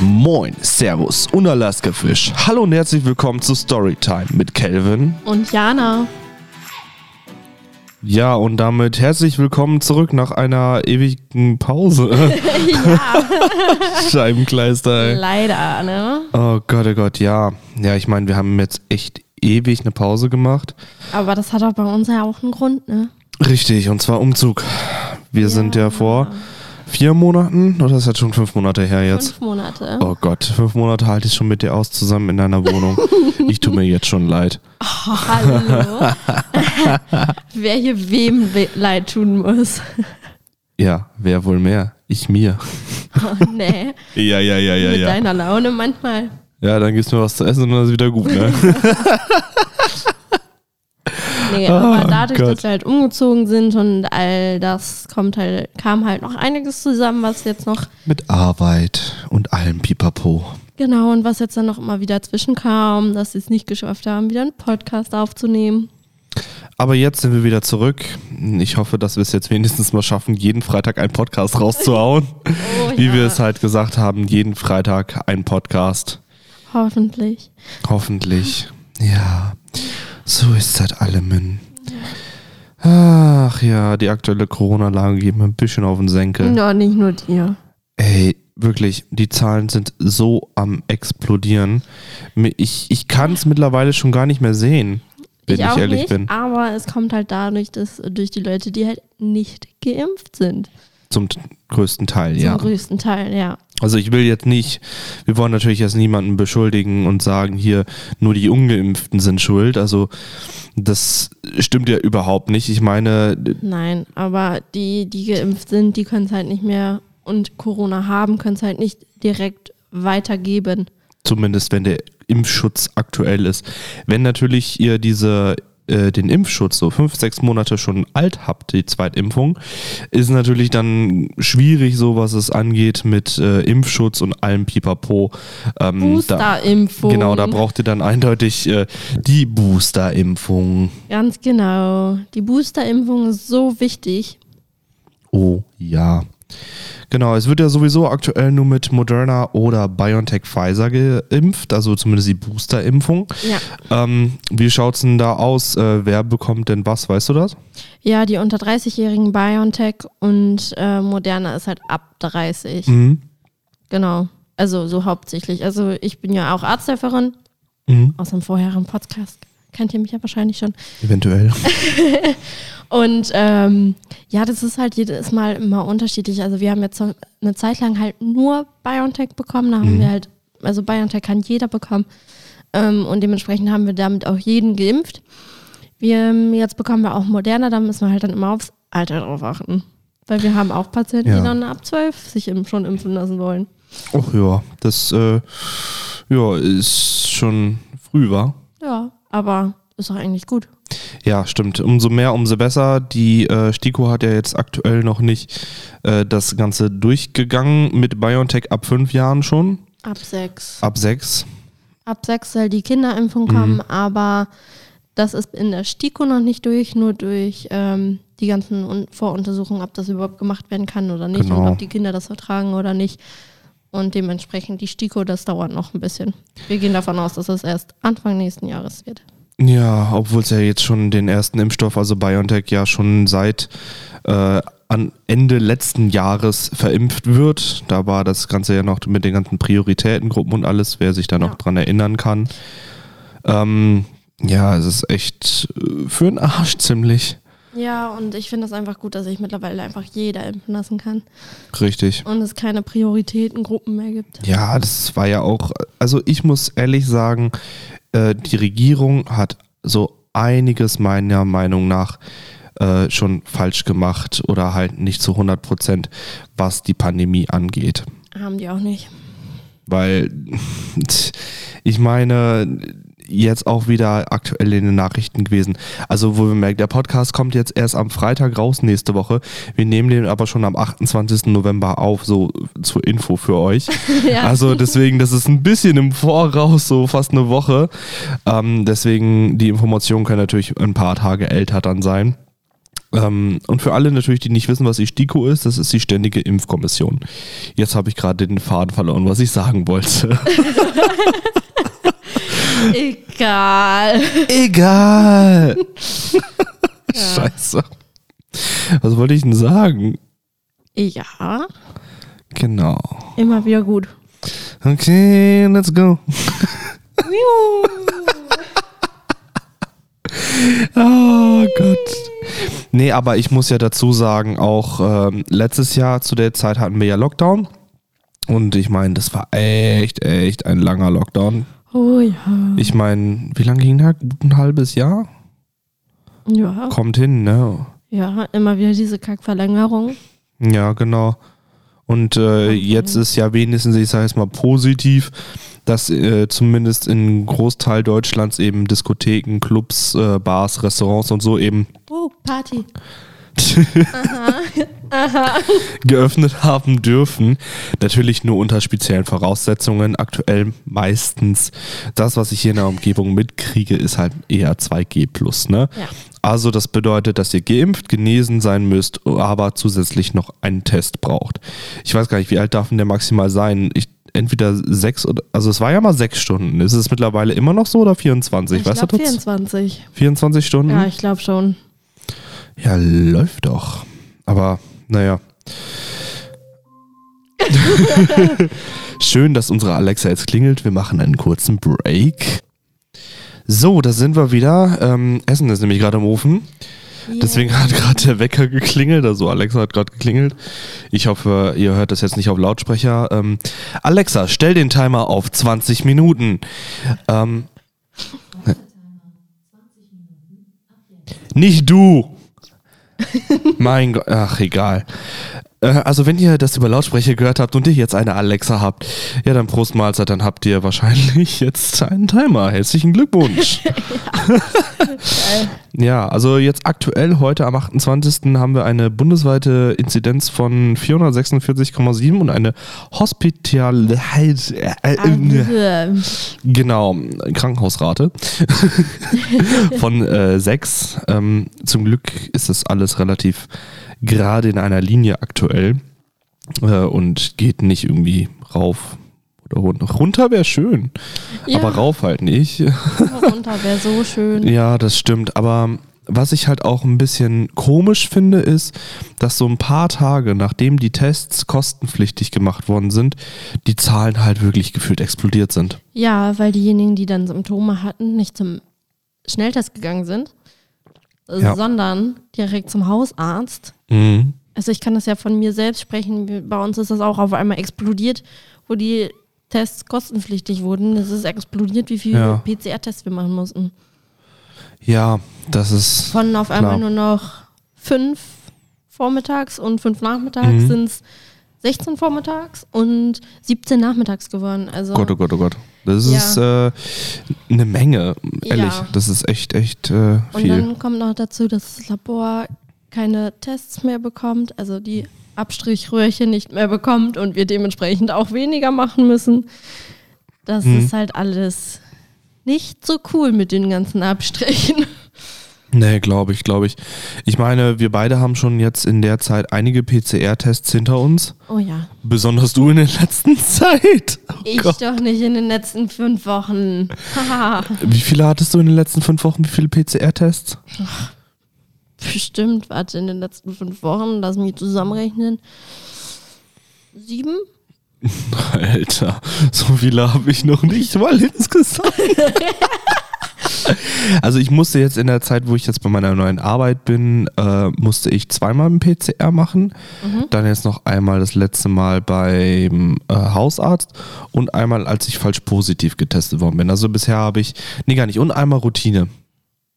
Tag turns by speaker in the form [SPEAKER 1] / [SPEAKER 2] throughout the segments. [SPEAKER 1] Moin, Servus und Alaska-Fisch. Hallo und herzlich willkommen zu Storytime mit Kelvin.
[SPEAKER 2] Und Jana.
[SPEAKER 1] Ja, und damit herzlich willkommen zurück nach einer ewigen Pause.
[SPEAKER 2] ja,
[SPEAKER 1] Scheibenkleister. ey.
[SPEAKER 2] leider, ne?
[SPEAKER 1] Oh Gott, oh Gott, ja. Ja, ich meine, wir haben jetzt echt ewig eine Pause gemacht.
[SPEAKER 2] Aber das hat auch bei uns ja auch einen Grund, ne?
[SPEAKER 1] Richtig, und zwar Umzug. Wir sind ja vor vier Monaten, oder ist das schon fünf Monate her jetzt?
[SPEAKER 2] Fünf Monate.
[SPEAKER 1] Oh Gott, fünf Monate halte ich schon mit dir aus, zusammen in deiner Wohnung. ich tue mir jetzt schon leid.
[SPEAKER 2] Oh, hallo. Wer hier wem we leid tun muss.
[SPEAKER 1] Ja, wer wohl mehr? Ich mir.
[SPEAKER 2] Oh, nee.
[SPEAKER 1] Ja, ja, ja, ja,
[SPEAKER 2] Mit
[SPEAKER 1] ja.
[SPEAKER 2] deiner Laune manchmal.
[SPEAKER 1] Ja, dann gibst du mir was zu essen und dann ist wieder gut, ne?
[SPEAKER 2] Nee,
[SPEAKER 1] Oh,
[SPEAKER 2] aber dadurch,
[SPEAKER 1] Gott.
[SPEAKER 2] dass wir halt umgezogen sind und all das kommt halt, kam halt noch einiges zusammen, was jetzt noch,
[SPEAKER 1] Mit Arbeit und allem Pipapo.
[SPEAKER 2] genau, und was jetzt dann noch immer wieder zwischenkam, dass sie es nicht geschafft haben, wieder einen Podcast aufzunehmen.
[SPEAKER 1] Aber jetzt sind wir wieder zurück. Ich hoffe, dass wir es jetzt wenigstens mal schaffen, jeden Freitag einen Podcast rauszuhauen.
[SPEAKER 2] Oh,
[SPEAKER 1] Wie
[SPEAKER 2] ja.
[SPEAKER 1] wir es halt gesagt haben, jeden Freitag ein Podcast.
[SPEAKER 2] Hoffentlich.
[SPEAKER 1] Hoffentlich. Ja, so ist das allemün. Ach ja, die aktuelle Corona-Lage geht mir ein bisschen auf den Senkel.
[SPEAKER 2] Ja, nicht nur dir.
[SPEAKER 1] Ey, wirklich, die Zahlen sind so am explodieren. Mi- Ich, ich kann es mittlerweile schon gar nicht mehr sehen, wenn ich,
[SPEAKER 2] auch
[SPEAKER 1] ehrlich
[SPEAKER 2] nicht,
[SPEAKER 1] bin.
[SPEAKER 2] Aber es kommt halt dadurch, dass durch die Leute, die halt nicht geimpft sind.
[SPEAKER 1] Zum t- größten Teil,
[SPEAKER 2] Zum
[SPEAKER 1] ja.
[SPEAKER 2] größten Teil, ja.
[SPEAKER 1] Also ich will jetzt nicht, wir wollen natürlich jetzt niemanden beschuldigen und sagen, hier nur die Ungeimpften sind schuld. Also das stimmt ja überhaupt nicht. Ich meine,
[SPEAKER 2] Nein, aber die, die geimpft sind, die können es halt nicht mehr und Corona haben, können es halt nicht direkt weitergeben.
[SPEAKER 1] zumindest wenn der Impfschutz aktuell ist. Wenn natürlich ihr diese äh, den Impfschutz so fünf, sechs Monate schon alt habt, die Zweitimpfung, ist natürlich dann schwierig, so was es angeht mit äh, Impfschutz und allem Pipapo. Ähm, da-
[SPEAKER 2] Boosterimpfung.
[SPEAKER 1] Genau, da braucht ihr dann eindeutig äh, die Boosterimpfung.
[SPEAKER 2] Ganz genau. Die Boosterimpfung ist so wichtig.
[SPEAKER 1] Oh ja. Genau, es wird ja sowieso aktuell nur mit Moderna oder BioNTech Pfizer geimpft, also zumindest die Boosterimpfung.
[SPEAKER 2] Ja.
[SPEAKER 1] Ähm, wie schaut's denn da aus? Äh, wer bekommt denn was? Weißt du das?
[SPEAKER 2] Ja, die unter 30-jährigen BioNTech und äh, Moderna ist halt ab 30.
[SPEAKER 1] Mhm.
[SPEAKER 2] Genau. Also so hauptsächlich. Also ich bin ja auch Arzthelferin
[SPEAKER 1] Mhm.
[SPEAKER 2] aus dem vorherigen Podcast. Kennt ihr mich ja wahrscheinlich schon.
[SPEAKER 1] Eventuell.
[SPEAKER 2] Und ähm, ja, das ist halt jedes Mal immer unterschiedlich. Also wir haben jetzt so eine Zeit lang halt nur BioNTech bekommen. Da haben wir halt, also BioNTech kann jeder bekommen. Ähm, und dementsprechend haben wir damit auch jeden geimpft. Wir, ähm, jetzt bekommen wir auch Moderna, da müssen wir halt dann immer aufs Alter drauf achten. Weil wir haben auch Patienten,
[SPEAKER 1] Ja.
[SPEAKER 2] die dann ab 12 sich im- schon impfen lassen wollen.
[SPEAKER 1] Och ja, das äh, ja, ist schon früh, war.
[SPEAKER 2] Ja, aber ist doch eigentlich gut.
[SPEAKER 1] Ja, stimmt. Umso mehr, umso besser. Die äh, STIKO hat ja jetzt aktuell noch nicht äh, das Ganze durchgegangen mit BioNTech ab fünf Jahren schon,
[SPEAKER 2] Ab sechs.
[SPEAKER 1] ab sechs.
[SPEAKER 2] Ab sechs soll die Kinderimpfung kommen,
[SPEAKER 1] Mhm.
[SPEAKER 2] aber das ist in der STIKO noch nicht durch, nur durch ähm, die ganzen Un Voruntersuchungen, ob das überhaupt gemacht werden kann oder nicht
[SPEAKER 1] Genau.
[SPEAKER 2] und ob die Kinder das vertragen oder nicht. Und dementsprechend die STIKO, das dauert noch ein bisschen. Wir gehen davon aus, dass es erst Anfang nächsten Jahres wird.
[SPEAKER 1] Ja, obwohl es ja jetzt schon den ersten Impfstoff, also BioNTech, ja schon seit äh, an Ende letzten Jahres verimpft wird. Da war das Ganze ja noch mit den ganzen Prioritätengruppen und alles, wer sich da noch
[SPEAKER 2] Ja.
[SPEAKER 1] dran erinnern kann. Ähm, ja, es ist echt äh, für den Arsch ziemlich.
[SPEAKER 2] Ja, und ich finde es einfach gut, dass sich mittlerweile einfach jeder impfen lassen kann
[SPEAKER 1] Richtig.
[SPEAKER 2] und es keine Prioritätengruppen mehr gibt.
[SPEAKER 1] Ja, das war ja auch, also ich muss ehrlich sagen, äh, die Regierung hat so einiges meiner Meinung nach äh, schon falsch gemacht oder halt nicht zu 100 Prozent, was die Pandemie angeht.
[SPEAKER 2] Haben die auch nicht.
[SPEAKER 1] Weil ich meine, jetzt auch wieder aktuell in den Nachrichten gewesen. Also wo wir merken, der Podcast kommt jetzt erst am Freitag raus nächste Woche. Wir nehmen den aber schon am 28. November auf, so zur Info für euch.
[SPEAKER 2] ja.
[SPEAKER 1] Also deswegen, das ist ein bisschen im Voraus, so fast eine Woche. Ähm, deswegen, die Information kann natürlich ein paar Tage älter dann sein. Ähm, und für alle natürlich, die nicht wissen, was die STIKO ist, das ist die Ständige Impfkommission. Jetzt habe ich gerade den Faden verloren, was ich sagen wollte.
[SPEAKER 2] Egal.
[SPEAKER 1] Egal. Scheiße. Was wollte ich denn sagen?
[SPEAKER 2] Ja,
[SPEAKER 1] Genau.
[SPEAKER 2] immer wieder gut.
[SPEAKER 1] Okay, let's go. Oh Gott. Nee, aber ich muss ja dazu sagen, auch ähm, letztes Jahr zu der Zeit hatten wir ja Lockdown. Und ich meine, das war echt, echt ein langer Lockdown.
[SPEAKER 2] Oh ja.
[SPEAKER 1] Ich meine, wie lange ging der? Gut ein halbes Jahr?
[SPEAKER 2] Ja,
[SPEAKER 1] Kommt hin, ne?
[SPEAKER 2] ja immer wieder diese Kackverlängerung.
[SPEAKER 1] Ja, genau. Und äh, jetzt ist ja wenigstens, ich sage jetzt mal positiv, dass äh, zumindest in Großteil Deutschlands eben Diskotheken, Clubs, äh, Bars, Restaurants und so eben
[SPEAKER 2] Oh, Party.
[SPEAKER 1] geöffnet haben dürfen. Natürlich nur unter speziellen Voraussetzungen. Aktuell meistens das, was ich hier in der Umgebung mitkriege, ist halt eher 2G plus. Ne?
[SPEAKER 2] Ja.
[SPEAKER 1] Also das bedeutet, dass ihr geimpft, genesen sein müsst, aber zusätzlich noch einen Test braucht. Ich weiß gar nicht, wie alt darf denn der maximal sein? Ich, entweder sechs oder, also es war ja mal sechs Stunden. Ist es mittlerweile immer noch so oder 24?
[SPEAKER 2] Ich
[SPEAKER 1] weißt du
[SPEAKER 2] glaube
[SPEAKER 1] das?
[SPEAKER 2] 24.
[SPEAKER 1] 24 Stunden?
[SPEAKER 2] Ja, ich glaube schon.
[SPEAKER 1] Ja, läuft doch. Aber naja. Schön, dass unsere Alexa jetzt klingelt. Wir machen einen kurzen Break. So, da sind wir wieder. Ähm, Essen ist nämlich gerade im Ofen.
[SPEAKER 2] Hm.
[SPEAKER 1] Deswegen hat gerade der Wecker geklingelt. Also Alexa hat gerade geklingelt. Ich hoffe, ihr hört das jetzt nicht auf Lautsprecher. Ähm, Alexa, stell den Timer auf 20 Minuten. Ähm, Nicht du! mein Gott, ach egal. Äh, Also wenn ihr das über Lautsprecher gehört habt und ihr jetzt eine Alexa habt, ja dann Prost Mahlzeit, dann habt ihr wahrscheinlich jetzt einen Timer. Herzlichen Glückwunsch. ja, also jetzt aktuell heute am 28. haben wir eine bundesweite Inzidenz von 446,7 und eine Hospitalität. Äh, äh,
[SPEAKER 2] Äh,
[SPEAKER 1] Genau, Krankenhausrate von äh, sechs. Ähm, zum Glück ist das alles relativ gerade in einer Linie aktuell äh, und geht nicht irgendwie rauf oder runter. Runter wäre schön,
[SPEAKER 2] ja,
[SPEAKER 1] aber rauf halt nicht.
[SPEAKER 2] runter wäre so schön.
[SPEAKER 1] Ja, das stimmt. Aber was ich halt auch ein bisschen komisch finde, ist, dass so ein paar Tage, nachdem die Tests kostenpflichtig gemacht worden sind, die Zahlen halt wirklich gefühlt explodiert sind.
[SPEAKER 2] Ja, weil diejenigen, die dann Symptome hatten, nicht zum Schnelltest gegangen sind, äh,
[SPEAKER 1] Ja.
[SPEAKER 2] sondern direkt zum Hausarzt.
[SPEAKER 1] Mhm.
[SPEAKER 2] Also ich kann das ja von mir selbst sprechen. Wir- Bei uns ist das auch auf einmal explodiert, wo die Tests kostenpflichtig wurden. Es ist explodiert, wie viele
[SPEAKER 1] Ja.
[SPEAKER 2] PCR-Tests wir machen mussten.
[SPEAKER 1] Ja, das ist.
[SPEAKER 2] Von auf einmal
[SPEAKER 1] Klar.
[SPEAKER 2] nur noch fünf vormittags und fünf nachmittags
[SPEAKER 1] Mhm.
[SPEAKER 2] sind es 16 vormittags und 17 nachmittags geworden. Also
[SPEAKER 1] Gott, oh Gott, oh Gott. Das
[SPEAKER 2] Ja.
[SPEAKER 1] ist äh, eine Menge, ehrlich.
[SPEAKER 2] Ja.
[SPEAKER 1] Das ist echt, echt äh,
[SPEAKER 2] und
[SPEAKER 1] viel.
[SPEAKER 2] dann kommt noch dazu, dass das Labor keine Tests mehr bekommt, also die Abstrichröhrchen nicht mehr bekommt und wir dementsprechend auch weniger machen müssen. Das
[SPEAKER 1] Mhm.
[SPEAKER 2] ist halt alles nicht so cool mit den ganzen Abstrichen.
[SPEAKER 1] Nee, glaube ich, glaube ich. Ich meine, wir beide haben schon jetzt in der Zeit einige PCR-Tests hinter uns.
[SPEAKER 2] Oh ja.
[SPEAKER 1] Besonders du in der letzten Zeit. Oh
[SPEAKER 2] Ich
[SPEAKER 1] Gott.
[SPEAKER 2] doch nicht in den letzten fünf Wochen. Haha.
[SPEAKER 1] Wie viele hattest du in den letzten fünf Wochen? Wie viele PCR-Tests?
[SPEAKER 2] Bestimmt, warte, in den letzten fünf Wochen, lass mich zusammenrechnen. Sieben?
[SPEAKER 1] Alter, so viele habe ich noch nicht mal insgesamt. Also ich musste jetzt in der Zeit, wo ich jetzt bei meiner neuen Arbeit bin, äh, musste ich zweimal einen PCR machen. Dann jetzt noch einmal das letzte Mal beim äh, Hausarzt und einmal, als ich falsch positiv getestet worden bin. Also bisher habe ich, nee gar nicht, und einmal Routine.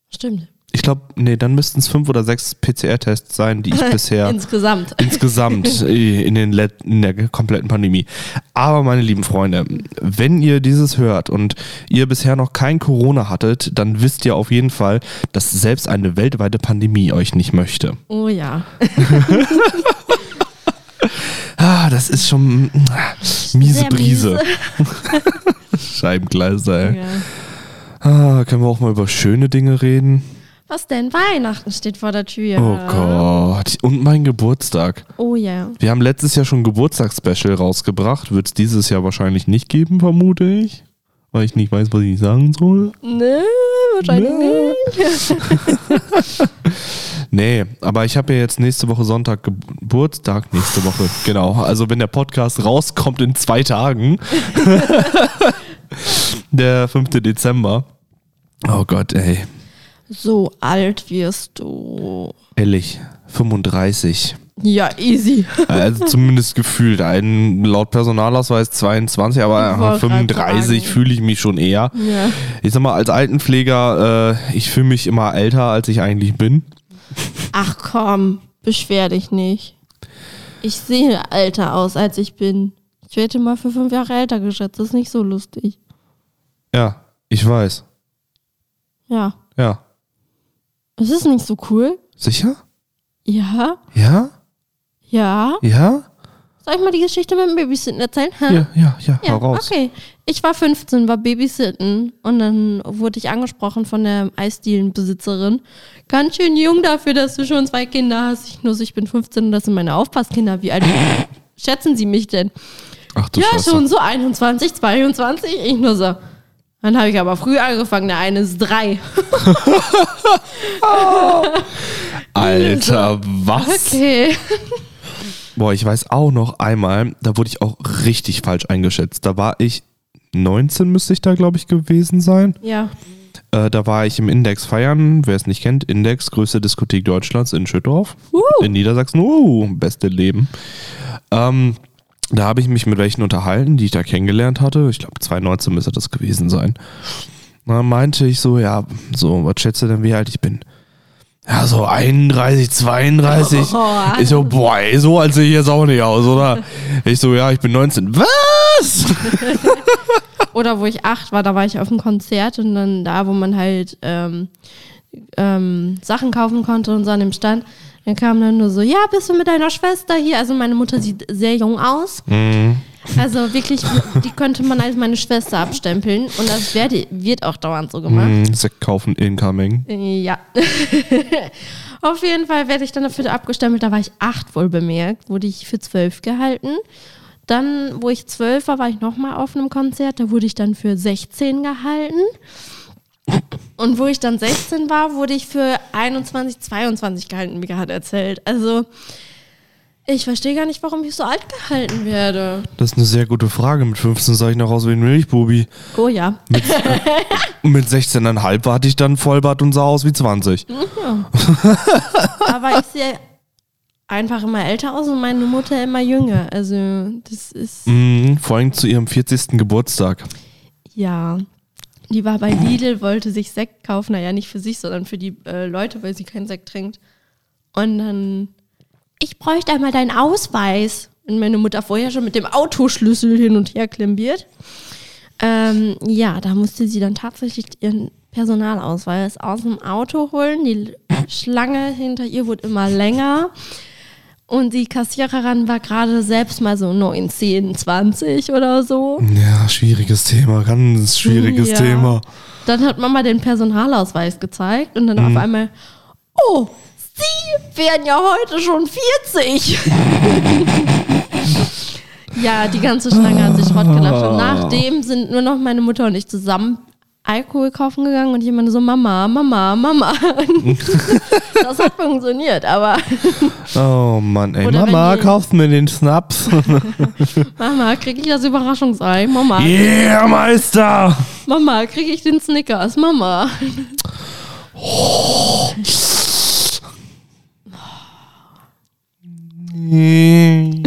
[SPEAKER 2] Stimmt.
[SPEAKER 1] Ich glaube, nee, dann müssten es fünf oder sechs PCR-Tests sein, die ich bisher
[SPEAKER 2] Insgesamt.
[SPEAKER 1] insgesamt äh, in, den Let in der kompletten Pandemie. Aber meine lieben Freunde, wenn ihr dieses hört und ihr bisher noch kein Corona hattet, dann wisst ihr auf jeden Fall, dass selbst eine weltweite Pandemie euch nicht möchte.
[SPEAKER 2] Oh ja.
[SPEAKER 1] Ah, das ist schon mm, miese
[SPEAKER 2] Sehr
[SPEAKER 1] Brise. Scheibengleis, ey.
[SPEAKER 2] ja.
[SPEAKER 1] Äh. Ah, können wir auch mal über schöne Dinge reden?
[SPEAKER 2] Was denn? Weihnachten steht vor der Tür.
[SPEAKER 1] Oh Gott. Und mein Geburtstag.
[SPEAKER 2] Oh ja.
[SPEAKER 1] Wir haben letztes Jahr schon ein Geburtstagsspecial rausgebracht. Wird es dieses Jahr wahrscheinlich nicht geben, vermute ich. Weil ich nicht weiß, was ich sagen soll.
[SPEAKER 2] Nö, wahrscheinlich
[SPEAKER 1] Nö.
[SPEAKER 2] nicht.
[SPEAKER 1] Nee, aber ich habe ja jetzt nächste Woche Sonntag Geburtstag, nächste Woche, genau. Also wenn der Podcast rauskommt in zwei Tagen, der 5. Dezember. Oh Gott, ey,
[SPEAKER 2] So alt wirst du.
[SPEAKER 1] ehrlich, 35.
[SPEAKER 2] Ja, easy.
[SPEAKER 1] Also zumindest gefühlt, ein, laut Personalausweis 22,
[SPEAKER 2] Ich
[SPEAKER 1] aber
[SPEAKER 2] wollte grad
[SPEAKER 1] 35
[SPEAKER 2] sagen.
[SPEAKER 1] fühle ich mich schon eher.
[SPEAKER 2] Ja.
[SPEAKER 1] Ich sag mal, als Altenpfleger, äh, ich fühle mich immer älter, als ich eigentlich bin.
[SPEAKER 2] Ach komm, beschwer dich nicht. Ich sehe älter aus, als ich bin. Ich werde mal für fünf Jahre älter geschätzt. Das ist nicht so lustig.
[SPEAKER 1] Ja, ich weiß.
[SPEAKER 2] Ja.
[SPEAKER 1] Ja.
[SPEAKER 2] Es ist nicht so cool.
[SPEAKER 1] Sicher?
[SPEAKER 2] Ja.
[SPEAKER 1] Ja?
[SPEAKER 2] Ja.
[SPEAKER 1] Ja?
[SPEAKER 2] Soll ich mal die Geschichte mit dem Babysitten erzählen? Ha?
[SPEAKER 1] Ja, ja, ja,
[SPEAKER 2] Ja,
[SPEAKER 1] hau raus.
[SPEAKER 2] okay. Ich war 15, war Babysitten und dann wurde ich angesprochen von der Eisdielenbesitzerin. Ganz schön jung dafür, dass du schon zwei Kinder hast. Ich nur, so, ich bin 15 und das sind meine Aufpasskinder. Wie alt schätzen sie mich denn?
[SPEAKER 1] Ach du
[SPEAKER 2] ja,
[SPEAKER 1] Scheiße.
[SPEAKER 2] schon so 21, 22. Ich nur so. Dann habe ich aber früh angefangen. Der eine ist drei.
[SPEAKER 1] Alter, was?
[SPEAKER 2] Okay.
[SPEAKER 1] Boah, ich weiß auch noch einmal, da wurde ich auch richtig falsch eingeschätzt. Da war ich 19 müsste ich da, glaube ich, gewesen sein.
[SPEAKER 2] Ja.
[SPEAKER 1] Äh, da war ich im Index feiern. Wer es nicht kennt, Index, größte Diskothek Deutschlands in Schüttorf.
[SPEAKER 2] Uh.
[SPEAKER 1] In Niedersachsen. Uh, beste Leben. Ähm, da habe ich mich mit welchen unterhalten, die ich da kennengelernt hatte. Ich glaube, 2019 müsste das gewesen sein. Da meinte ich so, ja, so, was schätzt du denn, wie alt ich bin? Ja, so 31, 32.
[SPEAKER 2] Oh.
[SPEAKER 1] Ich so, boah, ey, so alt sehe ich jetzt auch nicht aus, oder? Ich so, ja, ich bin 19. Was?
[SPEAKER 2] Oder wo ich acht war, da war ich auf einem Konzert und dann da, wo man halt ähm, ähm, Sachen kaufen konnte und so an dem Stand, dann kam dann nur so, ja, bist du mit deiner Schwester hier? Also meine Mutter sieht sehr jung aus. Also wirklich, die könnte man als meine Schwester abstempeln und das werde, wird auch dauernd so gemacht.
[SPEAKER 1] Hm, Sekt kaufen incoming.
[SPEAKER 2] Ja. Auf jeden Fall werde ich dann dafür abgestempelt. Da war ich acht wohl bemerkt, wurde ich für zwölf gehalten. Dann, wo ich zwölf war, war ich nochmal auf einem Konzert. Da wurde ich dann für 16 gehalten. Und wo ich dann 16 war, wurde ich für 21, 22 gehalten, wie gerade erzählt. Also, ich verstehe gar nicht, warum ich so alt gehalten werde.
[SPEAKER 1] Das ist eine sehr gute Frage. Mit 15 sah ich noch aus wie ein Milchbubi.
[SPEAKER 2] Oh ja.
[SPEAKER 1] Und mit 16,5 hatte ich dann Vollbart und sah aus wie 20.
[SPEAKER 2] Aber ich sehe einfach immer älter aus und meine Mutter immer jünger. Also, das ist.
[SPEAKER 1] Mhm, vor allem zu ihrem 40. Geburtstag.
[SPEAKER 2] Ja. Die war bei Lidl, wollte sich Sekt kaufen. Naja, nicht für sich, sondern für die äh, Leute, weil sie keinen Sekt trinkt. Und dann, ich bräuchte einmal deinen Ausweis. Und meine Mutter vorher schon mit dem Autoschlüssel hin und her klimbiert. Ähm, ja, da musste sie dann tatsächlich ihren Personalausweis aus dem Auto holen. Die Schlange hinter ihr wurde immer länger. Und die Kassiererin war gerade selbst mal so 19, 20 oder so.
[SPEAKER 1] Ja, schwieriges Thema, ganz schwieriges
[SPEAKER 2] Ja.
[SPEAKER 1] Thema.
[SPEAKER 2] Dann hat Mama den Personalausweis gezeigt und dann auf einmal, oh, Sie wären ja heute schon 40. ja, die ganze Schlange hat sich fortgelacht. Und nachdem sind nur noch meine Mutter und ich zusammen Alkohol kaufen gegangen und ich meine so, Mama, Mama, Mama. das hat funktioniert, aber
[SPEAKER 1] Oh Mann, ey.
[SPEAKER 2] Oder wenn
[SPEAKER 1] Mama,
[SPEAKER 2] die-
[SPEAKER 1] kaufst mir den Snaps.
[SPEAKER 2] Mama, kriege ich das Überraschungsei? Mama,
[SPEAKER 1] yeah, Meister!
[SPEAKER 2] Mama, kriege ich den Snickers? Mama.
[SPEAKER 1] Hm,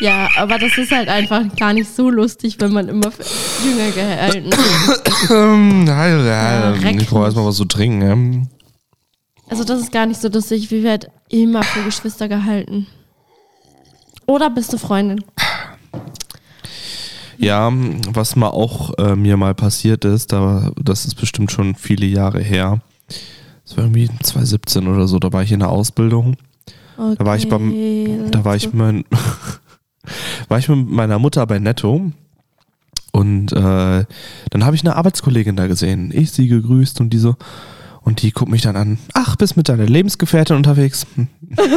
[SPEAKER 2] Ja, aber das ist halt einfach gar nicht so lustig, wenn man immer für jünger gehalten wird.
[SPEAKER 1] Ähm, halt, halt.
[SPEAKER 2] Reck.
[SPEAKER 1] ich brauche erstmal was zu trinken. Ähm.
[SPEAKER 2] Also das ist gar nicht so lustig. Wir werden immer für Geschwister gehalten. Oder beste Freundin.
[SPEAKER 1] Ja, was mal auch äh, mir mal passiert ist, da, das ist bestimmt schon viele Jahre her. Das war irgendwie 2017 oder so, da war ich in der Ausbildung.
[SPEAKER 2] Okay.
[SPEAKER 1] Da war ich beim, da war ich mein, war ich mit meiner Mutter bei Netto Und äh, dann habe ich eine Arbeitskollegin da gesehen. Ich sie gegrüßt und die so. Und die guckt mich dann an. Ach, bist mit deiner Lebensgefährtin unterwegs? Hm.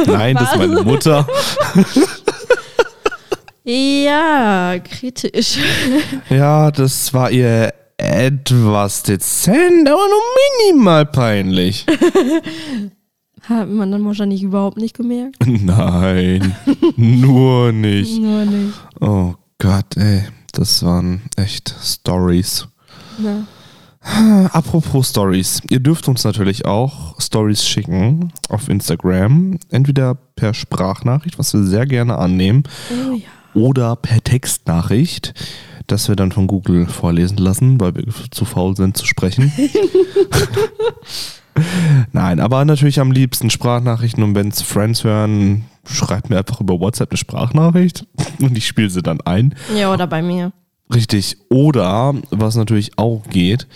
[SPEAKER 1] Nein, das ist meine
[SPEAKER 2] Was?
[SPEAKER 1] Mutter.
[SPEAKER 2] Ja, kritisch.
[SPEAKER 1] Ja, das war ihr etwas dezent, aber nur minimal peinlich.
[SPEAKER 2] Hat man dann wahrscheinlich überhaupt nicht gemerkt.
[SPEAKER 1] Nein, nur nicht.
[SPEAKER 2] Nur nicht.
[SPEAKER 1] Oh Gott, ey, das waren echt Stories.
[SPEAKER 2] Na.
[SPEAKER 1] Apropos Stories, ihr dürft uns natürlich auch Stories schicken auf Instagram, entweder per Sprachnachricht, was wir sehr gerne annehmen,
[SPEAKER 2] Oh ja.
[SPEAKER 1] oder per Textnachricht, das wir dann von Google vorlesen lassen, weil wir zu faul sind zu sprechen. Nein, aber natürlich am liebsten Sprachnachrichten und wenn es Friends hören, schreibt mir einfach über WhatsApp eine Sprachnachricht und ich spiele sie dann ein.
[SPEAKER 2] Ja, oder bei mir.
[SPEAKER 1] Richtig. Oder, was natürlich auch geht,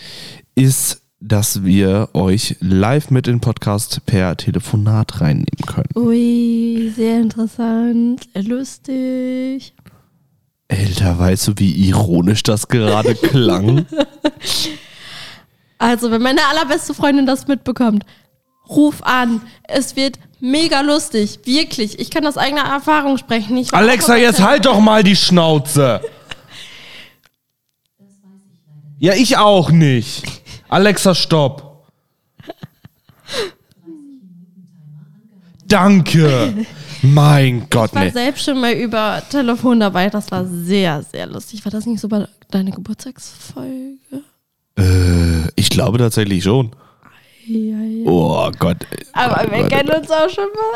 [SPEAKER 1] ist, dass wir euch live mit in den Podcast per Telefonat reinnehmen können.
[SPEAKER 2] Ui, sehr interessant, lustig.
[SPEAKER 1] Alter, weißt du, wie ironisch das gerade klang?
[SPEAKER 2] Also, wenn meine allerbeste Freundin das mitbekommt, ruf an. Es wird mega lustig, wirklich. Ich kann aus eigener Erfahrung sprechen. Ich war
[SPEAKER 1] Alexa,
[SPEAKER 2] auch-
[SPEAKER 1] jetzt halt doch mal die Schnauze! Ja, ich auch nicht. Alexa, stopp. Danke. Mein Gott,
[SPEAKER 2] Ich war
[SPEAKER 1] ne.
[SPEAKER 2] selbst schon mal über Telefon dabei. Das war sehr, sehr lustig. War das nicht so bei deiner Geburtstagsfolge?
[SPEAKER 1] Äh, ich glaube tatsächlich schon.
[SPEAKER 2] Ja, ja.
[SPEAKER 1] Oh Gott.
[SPEAKER 2] Aber wir kennen uns auch schon mal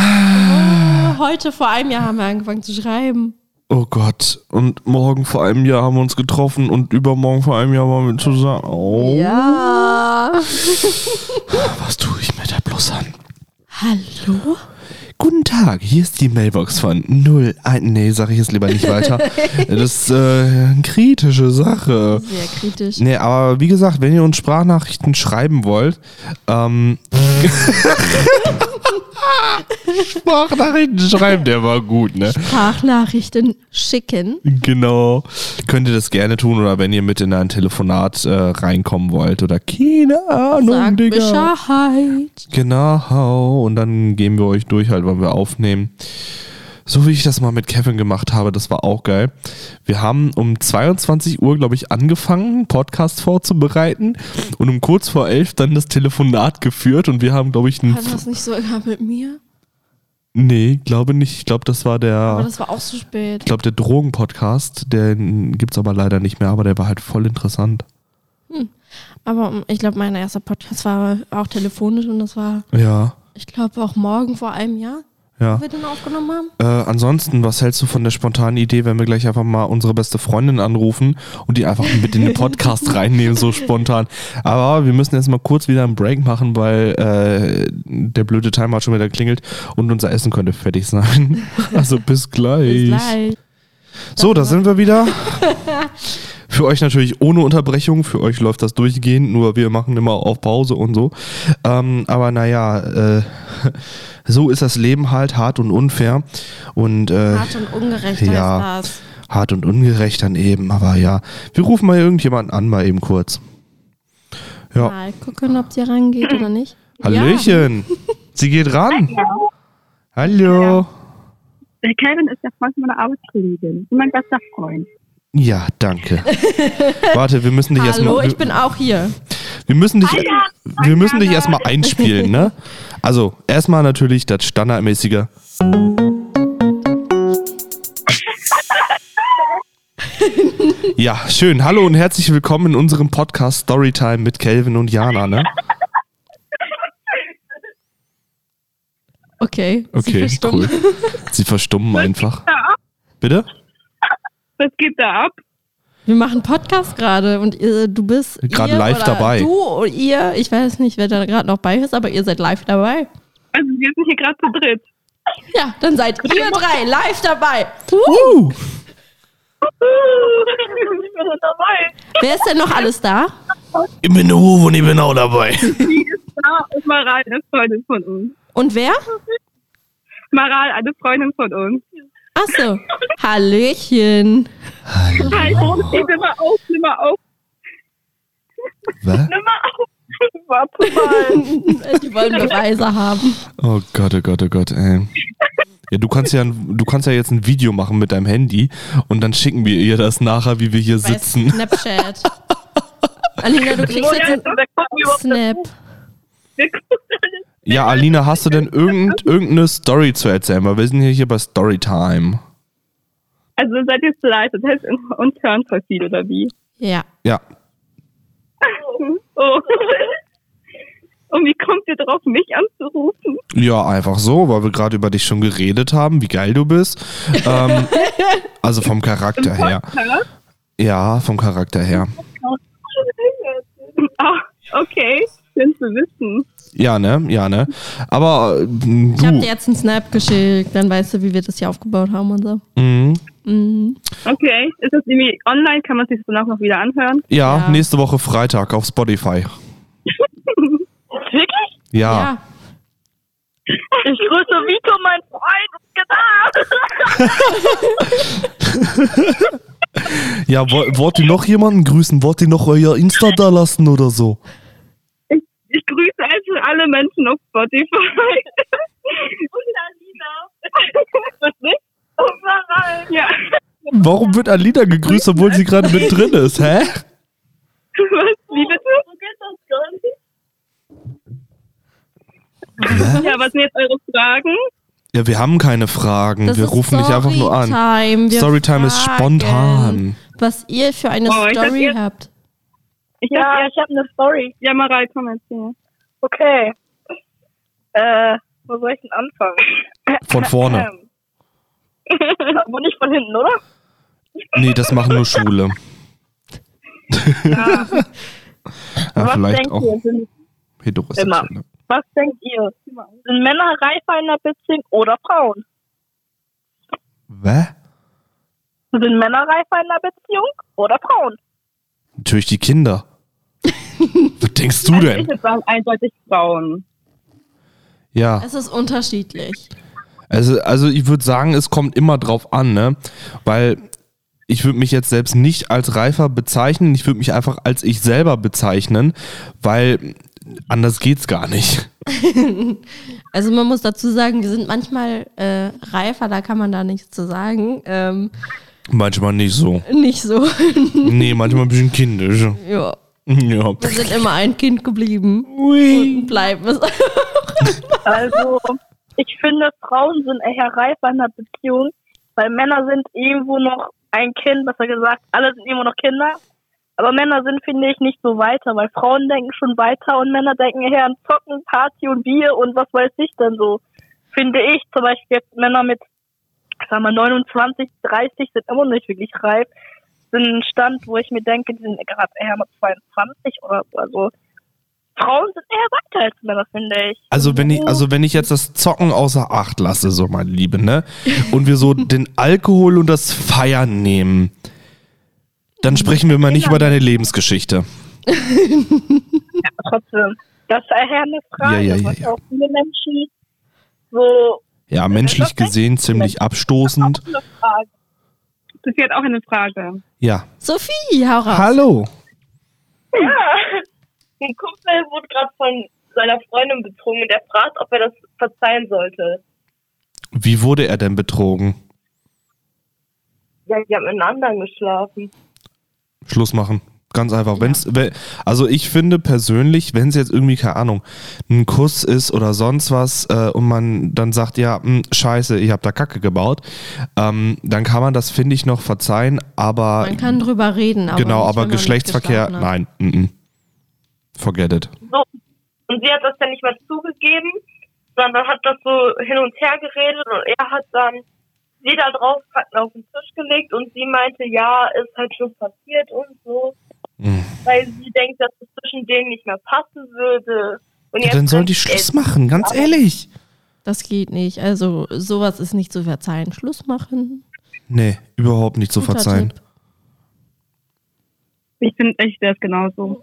[SPEAKER 2] ein Jahr. Oh, heute vor einem Jahr haben wir angefangen zu schreiben.
[SPEAKER 1] Oh Gott. Und morgen vor einem Jahr haben wir uns getroffen und übermorgen vor einem Jahr waren wir zusammen. Oh,
[SPEAKER 2] Ja.
[SPEAKER 1] was tue ich mir da bloß an?
[SPEAKER 2] Hallo?
[SPEAKER 1] Guten Tag, hier ist die Mailbox von 0. Nee, sag ich jetzt lieber nicht weiter. das ist äh, eine kritische Sache.
[SPEAKER 2] Sehr kritisch.
[SPEAKER 1] Nee, aber wie gesagt, wenn ihr uns Sprachnachrichten schreiben wollt, ähm. Sprachnachrichten schreiben, der war gut, ne?
[SPEAKER 2] Sprachnachrichten schicken.
[SPEAKER 1] Genau. Könnt ihr das gerne tun oder wenn ihr mit in ein Telefonat äh, reinkommen wollt oder keine Ahnung,
[SPEAKER 2] Sagt
[SPEAKER 1] Digga.
[SPEAKER 2] Bescheid.
[SPEAKER 1] Genau. Und dann gehen wir euch durch, halt, wann wir aufnehmen. So wie ich das mal mit Kevin gemacht habe, das war auch geil. Wir haben um 22 Uhr, glaube ich, angefangen, Podcast vorzubereiten und um kurz vor 11 dann das Telefonat geführt und wir haben, glaube ich, einen...
[SPEAKER 2] Hat das nicht sogar mit mir?
[SPEAKER 1] Nee, glaube nicht. Ich glaube, das war der...
[SPEAKER 2] Aber das war auch zu spät.
[SPEAKER 1] Ich glaube, der Drogen-Podcast, den gibt es aber leider nicht mehr, aber der war halt voll interessant.
[SPEAKER 2] Aber ähm, ich glaube, mein erster Podcast war auch telefonisch und das war,
[SPEAKER 1] Ja,
[SPEAKER 2] ich glaube, auch morgen vor einem Jahr,
[SPEAKER 1] ja.
[SPEAKER 2] wo wir den aufgenommen haben.
[SPEAKER 1] Äh, ansonsten, was hältst du von der spontanen Idee, wenn wir gleich einfach mal unsere beste Freundin anrufen und die einfach mit in den Podcast reinnehmen, so spontan? Aber wir müssen jetzt mal kurz wieder einen Break machen, weil äh, der blöde Timer hat schon wieder klingelt und unser Essen könnte fertig sein. Also bis gleich.
[SPEAKER 2] Bis gleich.
[SPEAKER 1] So, da sind wir wieder. Für euch natürlich ohne Unterbrechung, für euch läuft das durchgehend, nur wir machen immer auf Pause und so. Ähm, aber naja, äh, so ist das Leben halt hart und unfair und äh,
[SPEAKER 2] Hart und ungerecht
[SPEAKER 1] Ja.
[SPEAKER 2] heißt das.
[SPEAKER 1] hart und ungerecht dann eben. Aber ja, wir rufen mal irgendjemanden an, mal eben kurz. Ja,
[SPEAKER 2] Mal gucken, ob sie rangeht oder nicht. Ja.
[SPEAKER 1] Hallöchen, sie geht ran. Hallo.
[SPEAKER 3] Der Calvin ist der Freund meiner Arbeitskollegin und mein bester Freund.
[SPEAKER 1] Ja, danke. Warte, wir müssen dich
[SPEAKER 2] Hallo,
[SPEAKER 1] erstmal.
[SPEAKER 2] ich bin auch hier.
[SPEAKER 1] Wir müssen dich, wir müssen dich erstmal einspielen, ne? Also, erstmal natürlich das standardmäßige. Ja, schön. Hallo und herzlich willkommen in unserem Podcast Storytime mit Kelvin und Jana, ne?
[SPEAKER 2] Okay. sie
[SPEAKER 1] Okay,
[SPEAKER 2] verstummt.
[SPEAKER 1] cool. Sie verstummen einfach. Bitte?
[SPEAKER 3] Was geht da ab?
[SPEAKER 2] Wir machen Podcast gerade und ihr, du bist
[SPEAKER 1] Gerade
[SPEAKER 2] ihr
[SPEAKER 1] live
[SPEAKER 2] oder
[SPEAKER 1] dabei.
[SPEAKER 2] Du und ihr, ich weiß nicht, wer da gerade noch bei ist, aber ihr seid live dabei.
[SPEAKER 3] Also wir sind hier gerade zu dritt.
[SPEAKER 2] Ja, dann seid ihr drei live dabei.
[SPEAKER 1] Uh!
[SPEAKER 3] ich bin dabei.
[SPEAKER 2] Wer ist denn noch alles da?
[SPEAKER 1] Ich bin der Uwe und ich bin auch dabei.
[SPEAKER 3] Die ist da und Maral ist Freundin von uns.
[SPEAKER 2] Und wer?
[SPEAKER 3] Maral, eine Freundin von uns.
[SPEAKER 2] Achso. Hallöchen.
[SPEAKER 1] Hallo.
[SPEAKER 3] Hallo, ich nimmer auf, nimmer auf,
[SPEAKER 1] Was?
[SPEAKER 3] nimmer auf. Warte mal.
[SPEAKER 2] Die wollen Beweise haben.
[SPEAKER 1] Oh Gott, oh Gott, oh Gott, ey. Ja, du kannst ja, ein- du kannst ja jetzt ein Video machen mit deinem Handy und dann schicken wir ihr das nachher, wie wir hier
[SPEAKER 2] Bei
[SPEAKER 1] sitzen.
[SPEAKER 2] Snapchat. Alina, du kriegst
[SPEAKER 3] Woher
[SPEAKER 2] jetzt
[SPEAKER 3] ist unser Kopf überhaupt
[SPEAKER 2] einen Snap.
[SPEAKER 3] dazu?
[SPEAKER 1] Ja, Alina, hast du denn irgend, irgendeine Story zu erzählen? Weil wir sind hier, hier bei Storytime.
[SPEAKER 3] Also seid ihr leid, das heißt uns hören voll viel, oder wie?
[SPEAKER 2] Ja.
[SPEAKER 1] Ja.
[SPEAKER 3] Oh. Und wie kommt ihr drauf, mich anzurufen?
[SPEAKER 1] Ja, einfach so, weil wir gerade über dich schon geredet haben, wie geil du bist. Ähm, also vom Charakter her.
[SPEAKER 3] Hallo?
[SPEAKER 1] Ja, vom Charakter her.
[SPEAKER 3] Ah, okay, schön zu wissen.
[SPEAKER 1] Ja, ne? Ja, ne? Aber äh,
[SPEAKER 2] Ich habe dir
[SPEAKER 1] du.
[SPEAKER 2] jetzt einen Snap geschickt, dann weißt du, wie wir das hier aufgebaut haben und so.
[SPEAKER 1] Mhm.
[SPEAKER 2] Mhm.
[SPEAKER 3] Okay, ist das irgendwie online? Kann man sich das danach noch wieder anhören?
[SPEAKER 1] Ja,
[SPEAKER 2] Ja.
[SPEAKER 1] nächste Woche Freitag auf Spotify.
[SPEAKER 3] Wirklich?
[SPEAKER 1] Ja.
[SPEAKER 2] Ja.
[SPEAKER 3] Ich grüße Vito, mein Freund.
[SPEAKER 1] Ja, wo- wollt ihr noch jemanden grüßen? Wollt ihr noch euer Insta da lassen oder so?
[SPEAKER 3] Ich grüße also alle Menschen auf Spotify. Und Alina. Was nicht? Überall. Ja.
[SPEAKER 1] Warum wird Alina gegrüßt, obwohl sie gerade mit drin ist? Hä?
[SPEAKER 3] Was? Wie bitte? So geht das gar nicht. Ja, was sind jetzt eure Fragen?
[SPEAKER 1] Ja, wir haben keine Fragen.
[SPEAKER 2] Das
[SPEAKER 1] wir
[SPEAKER 2] ist
[SPEAKER 1] rufen dich einfach nur an.
[SPEAKER 2] Storytime. Wir
[SPEAKER 1] Storytime ist
[SPEAKER 2] fragen,
[SPEAKER 1] spontan.
[SPEAKER 2] Was ihr für eine
[SPEAKER 3] Oh, ich hab
[SPEAKER 2] Story
[SPEAKER 3] jetzt-
[SPEAKER 2] habt.
[SPEAKER 3] Ich
[SPEAKER 4] Ja,
[SPEAKER 3] hab-
[SPEAKER 4] ich habe eine Story.
[SPEAKER 3] ja, Marei, komm erzähl.
[SPEAKER 4] Okay. Äh, wo soll ich denn anfangen?
[SPEAKER 1] Von vorne.
[SPEAKER 4] Ähm. Aber nicht von hinten, oder?
[SPEAKER 1] Nee, das machen nur Schwule. ja,
[SPEAKER 4] Was
[SPEAKER 1] vielleicht
[SPEAKER 4] denkt
[SPEAKER 1] auch
[SPEAKER 4] ihr? Sind,
[SPEAKER 1] Heterosexuelle.
[SPEAKER 4] was denkt ihr? Sind Männer reifer in einer Beziehung oder Frauen?
[SPEAKER 1] Wä?
[SPEAKER 4] Sind Männer reifer in einer Beziehung oder Frauen?
[SPEAKER 1] Natürlich die Kinder. Was denkst du
[SPEAKER 3] Ich
[SPEAKER 4] Also,
[SPEAKER 1] denn?
[SPEAKER 3] würde sagen, eindeutig Frauen.
[SPEAKER 1] Ja.
[SPEAKER 2] Es ist unterschiedlich.
[SPEAKER 1] Also, also ich würde sagen, es kommt immer drauf an, ne? Weil ich würde mich jetzt selbst nicht als reifer bezeichnen, ich würde mich einfach als ich selber bezeichnen, weil anders geht's gar nicht.
[SPEAKER 2] Also man muss dazu sagen, wir sind manchmal äh, reifer, da kann man da nichts zu sagen. Ähm,
[SPEAKER 1] Manchmal nicht so.
[SPEAKER 2] nicht so.
[SPEAKER 1] Nee, manchmal ein bisschen kindisch.
[SPEAKER 2] ja.
[SPEAKER 1] Ja.
[SPEAKER 2] Wir sind immer ein Kind geblieben
[SPEAKER 1] Ui.
[SPEAKER 2] und bleiben es.
[SPEAKER 4] Also, ich finde, Frauen sind eher reifer in einer Beziehung, weil Männer sind irgendwo noch ein Kind, besser gesagt, alle sind irgendwo noch Kinder. Aber Männer sind, finde ich, nicht so weiter, weil Frauen denken schon weiter und Männer denken eher an Zocken, Party und Bier und was weiß ich denn so. Finde ich zum Beispiel jetzt Männer mit, sagen wir, 29, 30 sind immer noch nicht wirklich reif. Sind ein Stand, wo ich mir denke, die sind gerade eher mal 22 oder so. Also, Frauen sind eher weiter als Männer, finde ich.
[SPEAKER 1] Also wenn ich, also wenn ich jetzt das Zocken außer Acht lasse, so meine Liebe, ne? Und wir so den Alkohol und das Feiern nehmen, dann sprechen wir mal nicht über deine Lebensgeschichte.
[SPEAKER 4] trotzdem. Das ist daher eine Frage,
[SPEAKER 1] Ja, ja, ja,
[SPEAKER 4] was
[SPEAKER 1] ja.
[SPEAKER 4] auch viele Menschen so
[SPEAKER 1] Ja, menschlich gesehen ziemlich abstoßend.
[SPEAKER 4] eine Frage.
[SPEAKER 3] Das ist jetzt auch eine Frage.
[SPEAKER 1] Ja.
[SPEAKER 2] Sophie, hau raus.
[SPEAKER 1] Hallo.
[SPEAKER 4] Ein Kumpel wurde gerade von seiner Freundin betrogen und er fragt, ob er das verzeihen sollte.
[SPEAKER 1] Wie wurde er denn betrogen?
[SPEAKER 4] Ja, die haben miteinander geschlafen.
[SPEAKER 1] Schluss machen. Ganz einfach. Wenn's, we- also ich finde persönlich, wenn es jetzt irgendwie, keine Ahnung, ein Kuss ist oder sonst was äh, und man dann sagt, ja, mh, scheiße, ich habe da Kacke gebaut, ähm, dann kann man das, finde ich, noch verzeihen, aber
[SPEAKER 2] Man kann drüber reden. Aber
[SPEAKER 1] genau, aber
[SPEAKER 2] nicht, wenn man nicht ne?
[SPEAKER 1] Geschlechtsverkehr,
[SPEAKER 2] geschlafen hat.
[SPEAKER 1] nein, mhm. forget it.
[SPEAKER 4] So. Und sie hat das dann nicht mal zugegeben, sondern hat das so hin und her geredet und er hat dann sie da drauf auf den Tisch gelegt und sie meinte, ja, ist halt schon passiert und so.
[SPEAKER 1] Mhm.
[SPEAKER 4] weil sie denkt, dass es zwischen denen nicht mehr passen würde. Und
[SPEAKER 1] Ja, dann sollen die Schluss machen, ganz ehrlich.
[SPEAKER 2] Das geht nicht. Also sowas ist nicht zu verzeihen. Schluss machen.
[SPEAKER 1] Nee, überhaupt nicht zu
[SPEAKER 2] Guter
[SPEAKER 1] verzeihen.
[SPEAKER 2] Tipp.
[SPEAKER 3] Ich finde, ich wäre es genauso.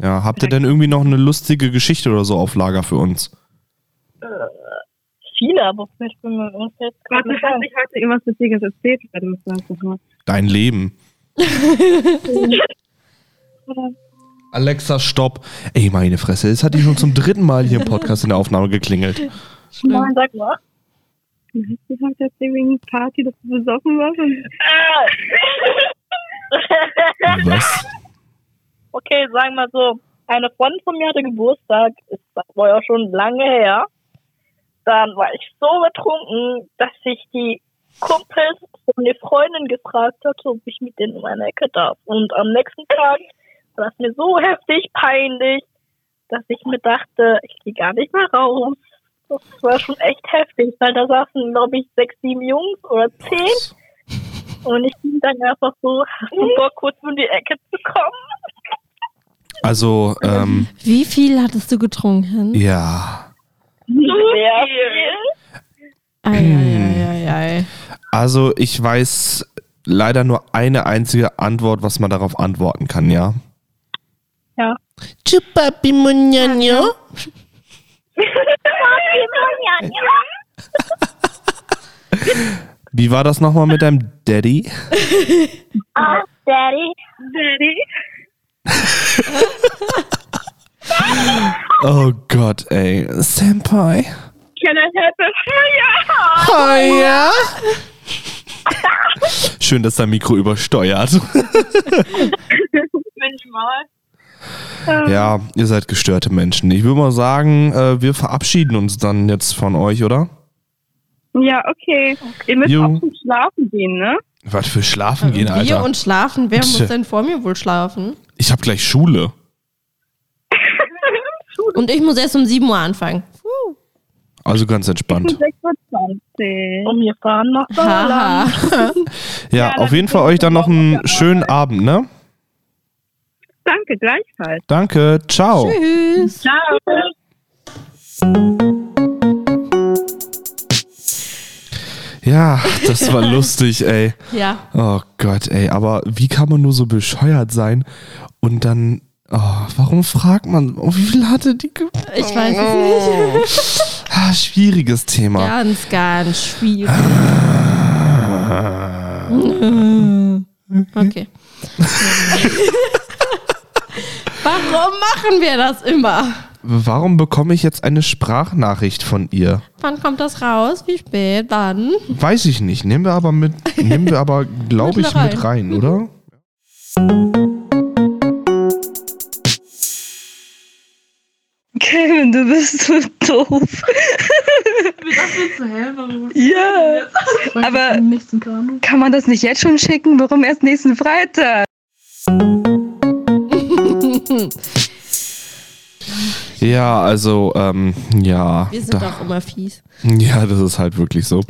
[SPEAKER 1] Ja, habt ihr denn irgendwie noch eine lustige Geschichte oder so auf Lager für uns?
[SPEAKER 4] viele, aber vielleicht bin ich uns jetzt
[SPEAKER 3] Warte,
[SPEAKER 4] gerade nicht
[SPEAKER 3] hat
[SPEAKER 4] ein.
[SPEAKER 3] sich heute irgendwas Witziges erzählt? Warte, was war's nochmal?
[SPEAKER 1] Dein Leben. Alexa, stopp. Ey, meine Fresse, es hat die schon zum dritten Mal hier im Podcast in der Aufnahme geklingelt.
[SPEAKER 2] Schlimm.
[SPEAKER 4] Sag mal.
[SPEAKER 3] Was hast du heute erzählt wegen Party, dass du besoffen warst? Und
[SPEAKER 4] Ah.
[SPEAKER 1] Uhum. Was?
[SPEAKER 4] okay, sagen wir so, eine Freundin von mir hatte Geburtstag, ist das war ja schon lange her. Dann war ich so betrunken, dass ich die Kumpels von der Freundin gefragt hatte, ob ich mit denen um eine Ecke darf. Und am nächsten Tag war es mir so heftig peinlich, dass ich mir dachte, ich gehe gar nicht mehr raus. Das war schon echt heftig, weil da saßen, glaube ich, sechs, sieben Jungs oder zehn. Und ich bin dann einfach so, hast du Bock, kurz um die Ecke zu kommen?
[SPEAKER 1] Also, ähm,
[SPEAKER 2] Wie viel hattest du getrunken?
[SPEAKER 1] ja.
[SPEAKER 4] Sehr viel.
[SPEAKER 2] Eieieiei.
[SPEAKER 1] Also, ich weiß leider nur eine einzige Antwort, was man darauf antworten kann, ja?
[SPEAKER 4] Ja.
[SPEAKER 1] Chupa pimunyanyo. Wie war das nochmal mit deinem Daddy?
[SPEAKER 4] Oh, Daddy.
[SPEAKER 1] Oh Gott, ey. Senpai.
[SPEAKER 4] Can I help him? Ja.
[SPEAKER 1] Oh ja. Schön, dass dein Mikro übersteuert.
[SPEAKER 4] Manchmal.
[SPEAKER 1] Ja, ihr seid gestörte Menschen. Ich würde mal sagen, äh, wir verabschieden uns dann jetzt von euch, oder?
[SPEAKER 3] ja, okay. Ihr müsst
[SPEAKER 1] Jo.
[SPEAKER 3] auch zum Schlafen gehen, ne?
[SPEAKER 1] Was für Schlafen gehen,
[SPEAKER 2] Also Wir
[SPEAKER 1] Alter.
[SPEAKER 2] und schlafen. Wer
[SPEAKER 1] Psst.
[SPEAKER 2] muss denn vor mir wohl schlafen?
[SPEAKER 1] Ich habe gleich Schule.
[SPEAKER 2] Und ich muss erst um 7 Uhr anfangen.
[SPEAKER 1] Also ganz entspannt.
[SPEAKER 3] 6.20 Uhr.
[SPEAKER 4] Und wir fahren nach Holland.
[SPEAKER 2] Haha.
[SPEAKER 1] Ja, auf jeden Fall euch dann noch einen schönen Abend, ne?
[SPEAKER 3] Danke, gleichfalls.
[SPEAKER 1] Danke, ciao.
[SPEAKER 2] Tschüss.
[SPEAKER 4] Ciao.
[SPEAKER 1] Ja, das war lustig, ey.
[SPEAKER 2] Ja.
[SPEAKER 1] Oh Gott, ey, aber wie kann man nur so bescheuert sein und dann. Oh, warum fragt man? Oh, wie viel hatte die? Ge
[SPEAKER 2] Ich weiß es nicht.
[SPEAKER 1] ah, schwieriges Thema.
[SPEAKER 2] Ganz, ganz schwierig. okay. Warum machen wir das immer?
[SPEAKER 1] Warum bekomme ich jetzt eine Sprachnachricht von ihr?
[SPEAKER 2] Wann kommt das raus? Wie spät? Wann?
[SPEAKER 1] Weiß ich nicht. Nehmen wir aber mit, nehmen wir aber, glaube
[SPEAKER 2] Mit
[SPEAKER 1] ich, mit rein, oder?
[SPEAKER 5] Kevin, du bist so doof. Ja, aber kann man das nicht jetzt schon schicken? Warum erst nächsten Freitag?
[SPEAKER 1] Ja, also, ähm, ja.
[SPEAKER 2] Wir sind
[SPEAKER 1] da,
[SPEAKER 2] doch immer fies.
[SPEAKER 1] ja, das ist halt wirklich so.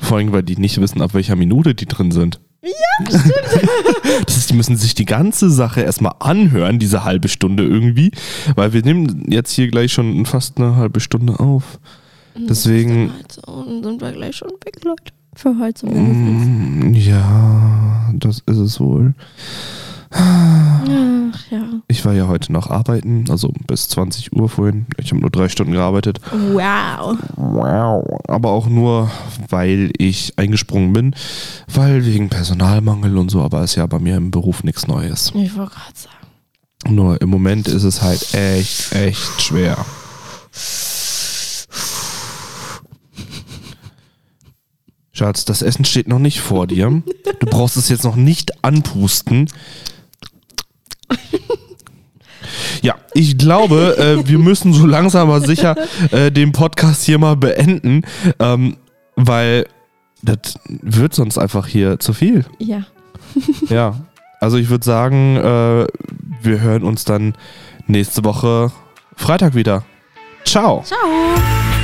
[SPEAKER 1] Vor allem, weil die nicht wissen, ab welcher Minute die drin sind. Ja, stimmt. das ist, die müssen sich die ganze Sache erstmal anhören, diese halbe Stunde irgendwie. Weil wir nehmen jetzt hier gleich schon fast eine halbe Stunde auf. Deswegen,
[SPEAKER 2] Also, und sind wir gleich schon weg, Leute. Für heute
[SPEAKER 1] Hm.
[SPEAKER 2] zumindest.
[SPEAKER 1] mm, ja, das ist es wohl.
[SPEAKER 2] Ach ja.
[SPEAKER 1] Ich war ja heute noch arbeiten, also bis 20 Uhr vorhin. Ich habe nur drei Stunden gearbeitet.
[SPEAKER 2] Wow.
[SPEAKER 1] Wow. Aber auch nur, weil ich eingesprungen bin, weil wegen Personalmangel und so, aber ist ja bei mir im Beruf nichts Neues.
[SPEAKER 2] Ich wollte gerade sagen.
[SPEAKER 1] Nur im Moment ist es halt echt, echt schwer. Schatz, das Essen steht noch nicht vor dir. Du brauchst es jetzt noch nicht anpusten. Ja, ich glaube, äh, wir müssen so langsam aber sicher äh, den Podcast hier mal beenden, ähm, weil das wird sonst einfach hier zu viel.
[SPEAKER 2] Ja.
[SPEAKER 1] Ja, also ich würde sagen, äh, wir hören uns dann nächste Woche Freitag wieder. Ciao.
[SPEAKER 2] Ciao.